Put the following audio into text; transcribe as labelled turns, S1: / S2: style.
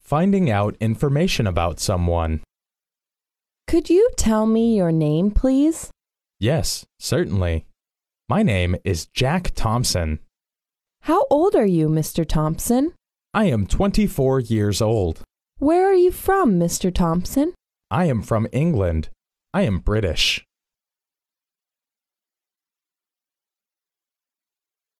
S1: Finding out information about someone.
S2: Could you tell me your name, please?
S1: Yes, certainly. My name is Jack Thompson.
S2: How old are you, Mr. Thompson?
S1: I am 24 years old.
S2: Where are you from, Mr. Thompson?
S1: I am from England. I am British.